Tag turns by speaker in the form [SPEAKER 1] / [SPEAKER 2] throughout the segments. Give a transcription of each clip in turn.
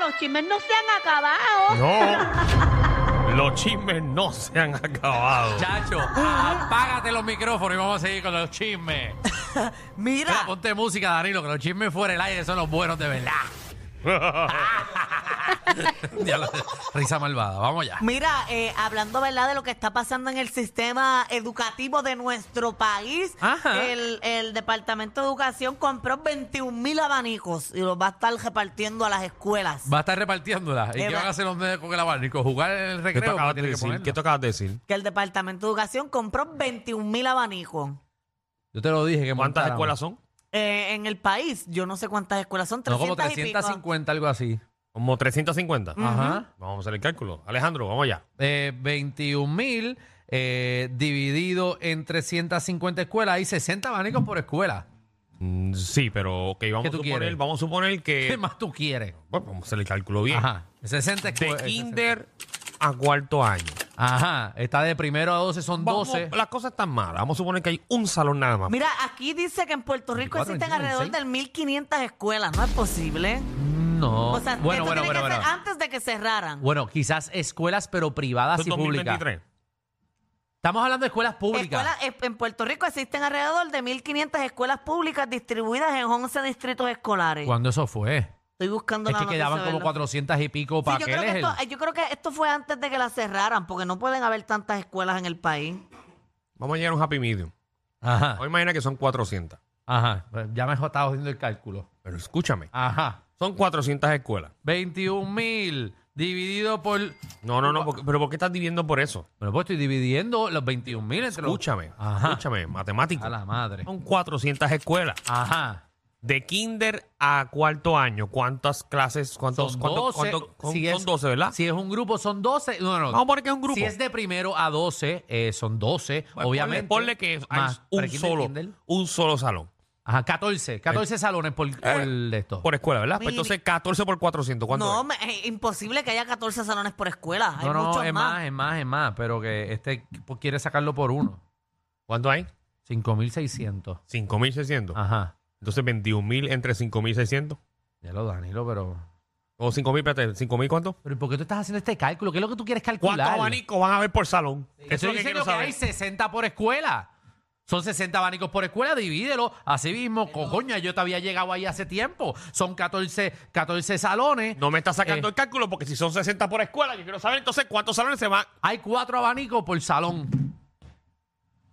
[SPEAKER 1] los chismes no se han acabado.
[SPEAKER 2] No. Los chismes no se han acabado.
[SPEAKER 3] Chacho, apágate los micrófonos y vamos a seguir con los chismes. Mira,
[SPEAKER 4] Mira,
[SPEAKER 3] ponte música, Danilo, que los chismes fuera del aire son los buenos de verdad. Ya lo- Risa malvada, vamos ya.
[SPEAKER 4] mira, eh, hablando verdad de lo que está pasando en el sistema educativo de nuestro país,
[SPEAKER 3] Ajá.
[SPEAKER 4] el, el Departamento de Educación compró 21 mil abanicos y los va a estar repartiendo a las escuelas.
[SPEAKER 3] Va a estar repartiéndola. ¿Y
[SPEAKER 4] Eh,
[SPEAKER 3] qué
[SPEAKER 4] va-
[SPEAKER 3] van a hacer los nenes con el abanico? ¿Jugar en el
[SPEAKER 2] ¿Qué tú
[SPEAKER 3] recreo?
[SPEAKER 2] acabas de
[SPEAKER 3] Porque tienen que
[SPEAKER 2] decir?
[SPEAKER 3] ponerlo.
[SPEAKER 2] ¿Qué tú acabas de decir?
[SPEAKER 4] Que el Departamento de Educación compró 21 mil abanicos.
[SPEAKER 3] Yo te lo dije. que
[SPEAKER 2] ¿Cuántas
[SPEAKER 3] montáramos.
[SPEAKER 2] escuelas son?
[SPEAKER 4] Eh, en el país, yo no sé cuántas escuelas son,
[SPEAKER 3] No,
[SPEAKER 4] 300
[SPEAKER 3] como
[SPEAKER 4] y pico.
[SPEAKER 3] 350, algo así.
[SPEAKER 2] Como 350.
[SPEAKER 3] Ajá.
[SPEAKER 2] Vamos a hacer el cálculo. Alejandro, vamos allá.
[SPEAKER 3] Eh, 21 mil eh, dividido en 350 escuelas. Hay 60 abanicos por escuela.
[SPEAKER 2] Mm, Sí, pero ok, vamos
[SPEAKER 3] ¿Qué
[SPEAKER 2] a
[SPEAKER 3] tú
[SPEAKER 2] suponer,
[SPEAKER 3] quieres?
[SPEAKER 2] vamos a suponer
[SPEAKER 3] ¿Qué
[SPEAKER 2] que.
[SPEAKER 3] más tú quieres?
[SPEAKER 2] Bueno, vamos a hacer el cálculo bien.
[SPEAKER 3] Ajá. 60
[SPEAKER 2] De
[SPEAKER 3] escuelas.
[SPEAKER 2] kinder a cuarto año.
[SPEAKER 3] Ajá. Está de primero a 12, son
[SPEAKER 2] Vamos,
[SPEAKER 3] 12.
[SPEAKER 2] las cosas están malas. Vamos a suponer que hay un salón nada más.
[SPEAKER 4] Mira, aquí dice que en Puerto Rico
[SPEAKER 3] 24,
[SPEAKER 4] existen
[SPEAKER 3] 25,
[SPEAKER 4] alrededor del 1500 escuelas, no es posible.
[SPEAKER 3] No.
[SPEAKER 4] O sea,
[SPEAKER 3] bueno, bueno,
[SPEAKER 4] esto tiene
[SPEAKER 3] bueno,
[SPEAKER 4] que
[SPEAKER 3] bueno.
[SPEAKER 4] ser ah. antes de que cerraran.
[SPEAKER 3] Bueno, quizás escuelas, pero privadas
[SPEAKER 2] Esto
[SPEAKER 3] y
[SPEAKER 2] es
[SPEAKER 3] públicas.
[SPEAKER 2] 2023.
[SPEAKER 3] Estamos hablando de escuelas públicas.
[SPEAKER 4] Escuelas- es- en Puerto Rico existen alrededor de 1.500 escuelas públicas distribuidas en 11 distritos escolares.
[SPEAKER 3] ¿Cuándo eso fue?
[SPEAKER 4] Estoy buscando
[SPEAKER 3] Es
[SPEAKER 4] la
[SPEAKER 3] que
[SPEAKER 4] noticia,
[SPEAKER 3] quedaban como
[SPEAKER 4] ¿verdad?
[SPEAKER 3] 400 y pico
[SPEAKER 4] Sí, yo, creo
[SPEAKER 3] paqueles.
[SPEAKER 4] que esto,
[SPEAKER 3] el-
[SPEAKER 4] yo creo que esto fue antes de que la cerraran, porque no pueden haber tantas escuelas en el país.
[SPEAKER 2] Vamos a llegar a un happy medium.
[SPEAKER 3] Ajá,
[SPEAKER 2] Hoy imagina que son 400.
[SPEAKER 3] ajá. Ya me he estado haciendo el cálculo.
[SPEAKER 2] Pero escúchame,
[SPEAKER 3] Ajá.
[SPEAKER 2] son 400 escuelas.
[SPEAKER 3] 21 mil dividido por...
[SPEAKER 2] No, no, no, porque- pero ¿por qué estás dividiendo por eso?
[SPEAKER 3] Bueno, pues estoy dividiendo los 21 mil entre los-
[SPEAKER 2] Escúchame,
[SPEAKER 3] Ajá.
[SPEAKER 2] escúchame, matemático.
[SPEAKER 3] A la madre.
[SPEAKER 2] Son 400 escuelas.
[SPEAKER 3] Ajá.
[SPEAKER 2] De kinder a cuarto año, ¿cuántas clases? ¿Cuántos?
[SPEAKER 3] Son 12.
[SPEAKER 2] cuántos- cuántos- con-
[SPEAKER 3] si
[SPEAKER 2] son
[SPEAKER 3] es-
[SPEAKER 2] 12, ¿verdad?
[SPEAKER 3] Si es un grupo, son 12. No, no,
[SPEAKER 2] Vamos a poner que es un grupo.
[SPEAKER 3] Si es de primero a 12, eh, son 12,
[SPEAKER 2] Pues
[SPEAKER 3] obviamente.
[SPEAKER 2] Ponle, ponle que hay
[SPEAKER 3] Más
[SPEAKER 2] un
[SPEAKER 3] prekinder,
[SPEAKER 2] solo,
[SPEAKER 3] kinder.
[SPEAKER 2] un solo salón
[SPEAKER 3] Ajá, 14. 14 salones por, por de esto.
[SPEAKER 2] eh, por escuela, ¿verdad? Pues
[SPEAKER 4] Mini.
[SPEAKER 2] entonces 14 por 400, ¿cuánto?
[SPEAKER 4] No,
[SPEAKER 2] es?
[SPEAKER 4] me- es imposible que haya 14 salones por escuela. Hay
[SPEAKER 3] no, no,
[SPEAKER 4] muchos
[SPEAKER 3] es más.
[SPEAKER 4] más.
[SPEAKER 3] es más, es más. Pero que este pues, quiere sacarlo por uno.
[SPEAKER 2] ¿Cuánto hay?
[SPEAKER 3] 5.600.
[SPEAKER 2] 5.600.
[SPEAKER 3] Ajá.
[SPEAKER 2] Entonces 21.000 entre 5.600.
[SPEAKER 3] Ya lo, Danilo, pero...
[SPEAKER 2] O 5.000, espérate, ¿5.000 cuánto?
[SPEAKER 3] ¿Pero ¿y por qué tú estás haciendo este cálculo? ¿Qué es lo que tú quieres calcular?
[SPEAKER 2] ¿Cuántos abanicos van a haber por salón?
[SPEAKER 3] Te
[SPEAKER 2] Eso
[SPEAKER 3] estoy
[SPEAKER 2] es lo que
[SPEAKER 3] diciendo
[SPEAKER 2] quiero
[SPEAKER 3] que,
[SPEAKER 2] saber.
[SPEAKER 3] hay 60 por escuela. Son 60 abanicos por escuela, divídelo. Así mismo, co- coño, yo te había llegado ahí hace tiempo. Son 14, 14 salones.
[SPEAKER 2] No me estás sacando
[SPEAKER 3] Eh.
[SPEAKER 2] el cálculo porque si son 60 por escuela, yo quiero saber entonces cuántos salones se van.
[SPEAKER 3] Hay cuatro abanicos por salón.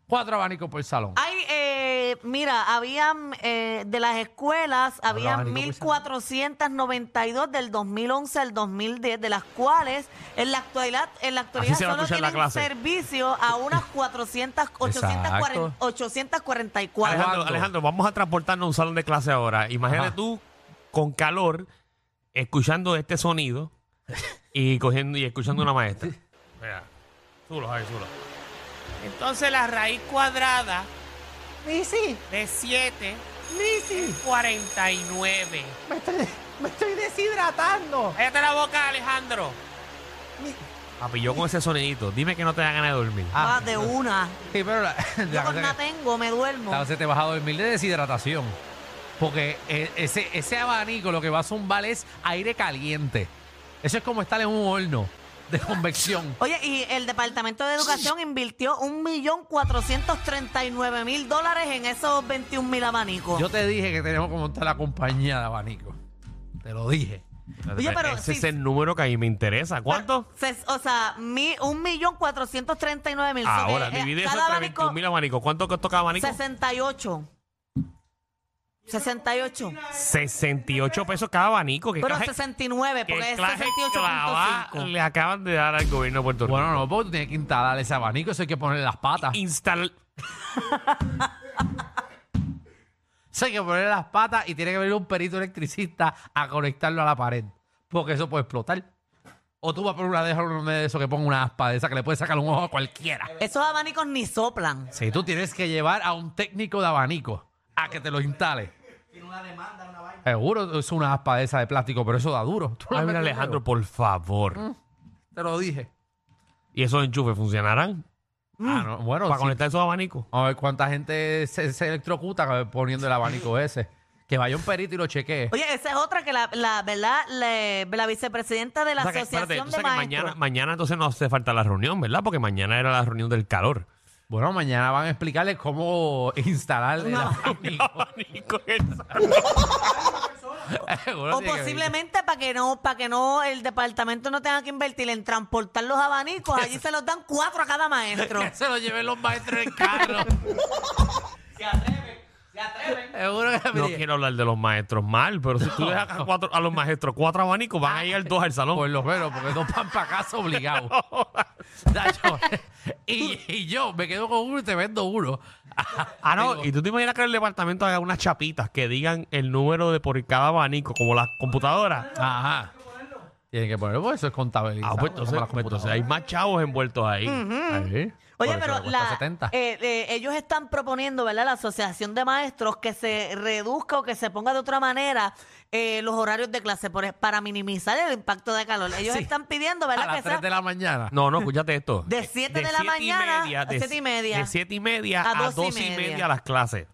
[SPEAKER 3] Cuatro abanicos por salón.
[SPEAKER 4] Hay, eh, mira, habían eh, de las escuelas, habían
[SPEAKER 3] abanico, pues,
[SPEAKER 4] 1.492 del 2011 al 2010, de las cuales en la actualidad, en la actualidad
[SPEAKER 2] se va a
[SPEAKER 4] solo
[SPEAKER 2] escuchar la
[SPEAKER 4] tienen
[SPEAKER 2] clase.
[SPEAKER 4] servicio a unas 400, 840, 844.
[SPEAKER 2] Alejandro,
[SPEAKER 3] ¿Cuánto?
[SPEAKER 2] Alejandro, vamos a transportarnos a un salón de clase ahora. Imagínate
[SPEAKER 3] Ajá.
[SPEAKER 2] tú con calor, escuchando este sonido y cogiendo y escuchando una maestra. Mira, zulo, Javi, zulo.
[SPEAKER 5] Entonces la raíz cuadrada de 7 es 49.
[SPEAKER 6] Me estoy, me estoy deshidratando.
[SPEAKER 5] Cállate la boca, Alejandro.
[SPEAKER 2] Papi, yo con ese sonidito, dime que no te da ganas de dormir.
[SPEAKER 4] Ah, de una.
[SPEAKER 3] Sí, pero la-
[SPEAKER 4] Yo
[SPEAKER 3] la
[SPEAKER 4] con
[SPEAKER 3] cosa
[SPEAKER 4] una
[SPEAKER 3] que-
[SPEAKER 4] tengo, me duermo.
[SPEAKER 3] entonces te vas a dormir de deshidratación. Porque eh, ese, ese abanico lo que va a zumbar es aire caliente. Eso es como estar en un horno de convección.
[SPEAKER 4] Oye, y el Departamento de Educación invirtió 1.439.000 dólares en esos 21.000 abanicos.
[SPEAKER 3] Yo te dije que tenemos que montar la compañía de abanico. Te lo dije.
[SPEAKER 4] Oye, pero
[SPEAKER 2] ese
[SPEAKER 4] sí-
[SPEAKER 2] es el número que a mí me interesa. ¿Cuánto?
[SPEAKER 4] Se- o sea, mi, un millón cuatrocientos treinta y nueve mil.
[SPEAKER 2] Ah, Ahora,
[SPEAKER 4] Sobre, eh,
[SPEAKER 2] divide eso
[SPEAKER 4] cada
[SPEAKER 2] entre
[SPEAKER 4] abanico,
[SPEAKER 2] 21 mil abanicos. ¿Cuánto costó cada abanico?
[SPEAKER 4] 68. 68.
[SPEAKER 2] 68 pesos cada abanico. ¿Qué
[SPEAKER 4] Pero
[SPEAKER 2] clase-
[SPEAKER 4] 69,
[SPEAKER 2] qué
[SPEAKER 4] porque es
[SPEAKER 2] clase ah, clavada
[SPEAKER 4] 68.5.
[SPEAKER 2] le acaban de dar al gobierno de Puerto Rico?
[SPEAKER 3] Bueno, no, porque tú tienes que instalar ese abanico, eso hay que ponerle las patas.
[SPEAKER 2] Instal...
[SPEAKER 3] Eso hay que ponerle las patas y tiene que venir un perito electricista a conectarlo a la pared. Porque eso puede explotar. O tú vas por una de esas, una de eso que ponga una aspa de esa que le puede sacar un ojo a cualquiera.
[SPEAKER 4] Esos abanicos ni soplan.
[SPEAKER 3] Si tú tienes que llevar a un técnico de abanico a que te lo instale. Seguro es una aspa de esa de plástico, pero eso da duro. Tú lo
[SPEAKER 2] Ay, Ah, mira,
[SPEAKER 3] metes en el
[SPEAKER 2] Alejandro,
[SPEAKER 3] dedo.
[SPEAKER 2] por favor.
[SPEAKER 4] Mm.
[SPEAKER 3] Te lo dije.
[SPEAKER 2] ¿Y esos enchufes funcionarán?
[SPEAKER 3] Ah, no,
[SPEAKER 4] Oh,
[SPEAKER 3] bueno,
[SPEAKER 2] Mm. ¿Para
[SPEAKER 3] sí.
[SPEAKER 2] conectar esos abanicos?
[SPEAKER 3] A ver cuánta gente se, se electrocuta poniendo el abanico ese. Que vaya un perito y lo chequee.
[SPEAKER 4] Oye, esa es otra que la, la ¿verdad? Le- la vicepresidenta de la
[SPEAKER 2] O sea que,
[SPEAKER 4] Asociación
[SPEAKER 2] espérate, tú
[SPEAKER 4] de
[SPEAKER 2] sabes que
[SPEAKER 4] Maestros.
[SPEAKER 2] mañana, mañana entonces no hace falta la reunión, ¿verdad? Porque mañana era la reunión del calor.
[SPEAKER 3] Bueno, mañana van a explicarles cómo instalar el abanico.
[SPEAKER 2] Abanico, exacto.
[SPEAKER 3] Seguro
[SPEAKER 4] O
[SPEAKER 3] tiene que ver.
[SPEAKER 4] posiblemente para que no, para que no el departamento no tenga que invertir en transportar los abanicos, allí se los dan cuatro a cada maestro.
[SPEAKER 3] Que se lo lleven los maestros en carro. Seguro que
[SPEAKER 2] No
[SPEAKER 3] mire,
[SPEAKER 2] quiero hablar de los maestros mal, pero si tú dejas a, cuatro- a los maestros cuatro abanicos, van
[SPEAKER 4] Ah.
[SPEAKER 2] a llegar dos al salón.
[SPEAKER 3] Por lo menos, porque dos van para casa obligados. Nacho, y, y yo me quedo con uno y te vendo uno.
[SPEAKER 2] ah, no, y tú te imaginas que en el departamento haga unas chapitas que digan el número de por cada abanico, como las computadoras.
[SPEAKER 3] Ajá. Tienen que ponerlo, porque eso es contabilizado.
[SPEAKER 2] Ah, pues entonces,
[SPEAKER 3] como las
[SPEAKER 2] pues entonces
[SPEAKER 3] computadoras.
[SPEAKER 2] hay más chavos envueltos ahí.
[SPEAKER 3] Ahí. Por
[SPEAKER 4] Mm. Oye,
[SPEAKER 3] eso
[SPEAKER 4] pero
[SPEAKER 3] le cuesta
[SPEAKER 4] la-
[SPEAKER 3] 70.
[SPEAKER 4] eh, eh, ellos están proponiendo, ¿verdad? La Asociación de Maestros que se reduzca o que se ponga de otra manera eh, los horarios de clase por- e-, para minimizar el impacto de calor. Ellos están pidiendo,
[SPEAKER 3] a
[SPEAKER 4] ¿verdad?
[SPEAKER 3] las
[SPEAKER 4] que
[SPEAKER 3] 3
[SPEAKER 4] sea
[SPEAKER 3] de la mañana.
[SPEAKER 2] No, no, escúchate esto.
[SPEAKER 4] de 7 de, la mañana a 7 y media.
[SPEAKER 2] De 7 y media
[SPEAKER 4] A
[SPEAKER 2] a
[SPEAKER 4] dos y
[SPEAKER 2] 12 y
[SPEAKER 4] media.
[SPEAKER 2] media las clases.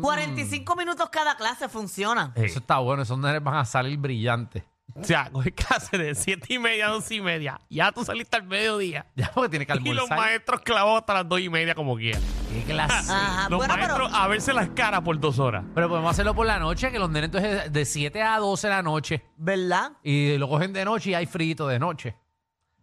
[SPEAKER 4] 45 minutos cada clase funciona.
[SPEAKER 2] Sí.
[SPEAKER 3] Mm. Eso está bueno, esos nenes van a salir brillantes.
[SPEAKER 2] O sea, coge clases de 7 y media a 12 y media. Ya tú saliste al mediodía.
[SPEAKER 3] Ya porque tiene que
[SPEAKER 2] Y los
[SPEAKER 3] almorzar.
[SPEAKER 2] maestros clavados hasta las 2 y media como quieran.
[SPEAKER 3] Qué clase.
[SPEAKER 4] Ajá,
[SPEAKER 2] los
[SPEAKER 4] Ah, bueno, pero
[SPEAKER 2] maestros a verse las caras por dos horas.
[SPEAKER 3] Pero podemos hacerlo por la noche, que los nenes entonces de 7 a 12 de la noche.
[SPEAKER 4] ¿verdad?
[SPEAKER 3] Y lo cogen de noche y hay frito de noche.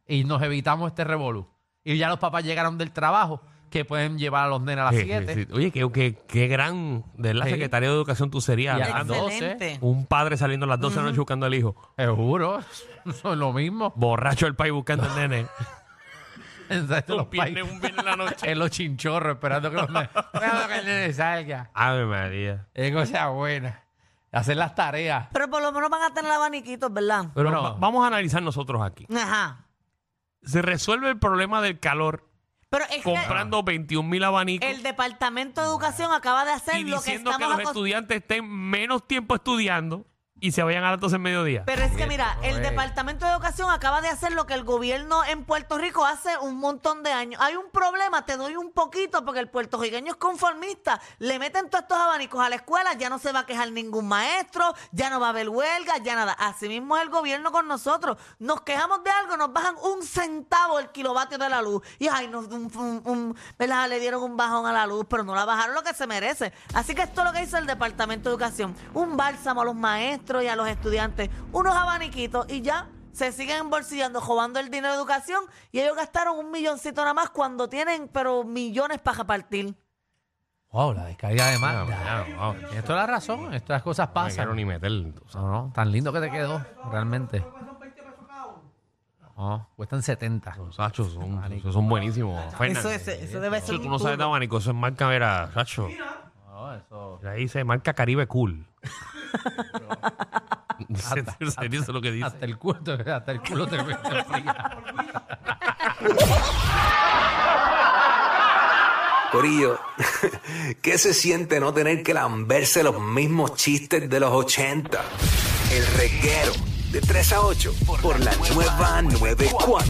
[SPEAKER 3] Y nos evitamos este revolú. Y ya los papás llegaron del trabajo, que pueden llevar a los nenes a las
[SPEAKER 2] Sí,
[SPEAKER 3] 7.
[SPEAKER 2] Eh, sí, sí. Oye, qué, qué, qué gran, de la
[SPEAKER 3] Sí.
[SPEAKER 2] secretaria de educación tú serías.
[SPEAKER 3] Y a las
[SPEAKER 2] Alejandro.
[SPEAKER 3] doce.
[SPEAKER 4] Excelente.
[SPEAKER 2] Un padre saliendo a las 12 de la noche buscando al hijo.
[SPEAKER 3] Seguro, eso es lo mismo.
[SPEAKER 2] Borracho el país buscando al nene.
[SPEAKER 3] En los
[SPEAKER 2] un viernes,
[SPEAKER 3] pais-
[SPEAKER 2] un viernes en la noche.
[SPEAKER 3] en los chinchorros, esperando que, los nenes, esperando que el nene salga.
[SPEAKER 2] Ave María.
[SPEAKER 3] Es cosa buena. Hacer las tareas.
[SPEAKER 4] Pero por lo menos van a tener abaniquitos, ¿verdad?
[SPEAKER 2] Pero
[SPEAKER 3] Bueno.
[SPEAKER 2] va- vamos a analizar nosotros aquí.
[SPEAKER 4] Ajá.
[SPEAKER 2] Se resuelve el problema del calor
[SPEAKER 4] Pero es que
[SPEAKER 2] comprando 21 mil abanicos
[SPEAKER 4] el Departamento de Educación acaba de hacer
[SPEAKER 2] y
[SPEAKER 4] lo que
[SPEAKER 2] diciendo que, los
[SPEAKER 4] estamos acostumbrados.
[SPEAKER 2] estudiantes estén menos tiempo estudiando y se vayan a las 12 del mediodía.
[SPEAKER 4] Pero es que mira, el
[SPEAKER 3] Oye.
[SPEAKER 4] Departamento de Educación acaba de hacer lo que el gobierno en Puerto Rico hace un montón de años. Hay un problema, te doy un poquito, porque el puertorriqueño es conformista. Le meten todos estos abanicos a la escuela, ya no se va a quejar ningún maestro, ya no va a haber huelga, ya nada. Así mismo es el gobierno con nosotros. Nos quejamos de algo, nos bajan un centavo el kilovatio de la luz. Y ay, nos, un- un- un- ¿verdad? le dieron un bajón a la luz, pero no la bajaron lo que se merece. Así que esto es lo que hizo el Departamento de Educación. Un bálsamo a los maestros y a los estudiantes. Unos abaniquitos y ya se siguen embolsillando, jugando el dinero de educación. Y ellos gastaron un milloncito nada más cuando tienen, pero millones para repartir.
[SPEAKER 3] Wow, la descarga de
[SPEAKER 2] Ah,
[SPEAKER 3] manda.
[SPEAKER 2] bueno, vamos. No
[SPEAKER 3] Esto es la razón, estas cosas
[SPEAKER 2] me quiero
[SPEAKER 3] pasan.
[SPEAKER 2] ni meter. tú sabes.
[SPEAKER 3] No, no, tan lindo que te quedó, realmente. No, cuestan 70.
[SPEAKER 2] Los hachos son, esos son buenísimos.
[SPEAKER 4] Eso,
[SPEAKER 2] Fernández.
[SPEAKER 4] es- eso debe ser
[SPEAKER 2] Eso tú
[SPEAKER 4] un
[SPEAKER 2] no sabes de
[SPEAKER 4] turno.
[SPEAKER 2] abanico, eso es marca, mira, Sacho. Ahí dice marca Caribe Cool. En serio, en serio, eso es lo que dice.
[SPEAKER 3] Hasta el culo, te- hasta el culo te te fría.
[SPEAKER 7] Corillo, ¿qué se siente no tener que lamberse los mismos chistes de los 80? El reguero de 3 a 8 por la nueva 94.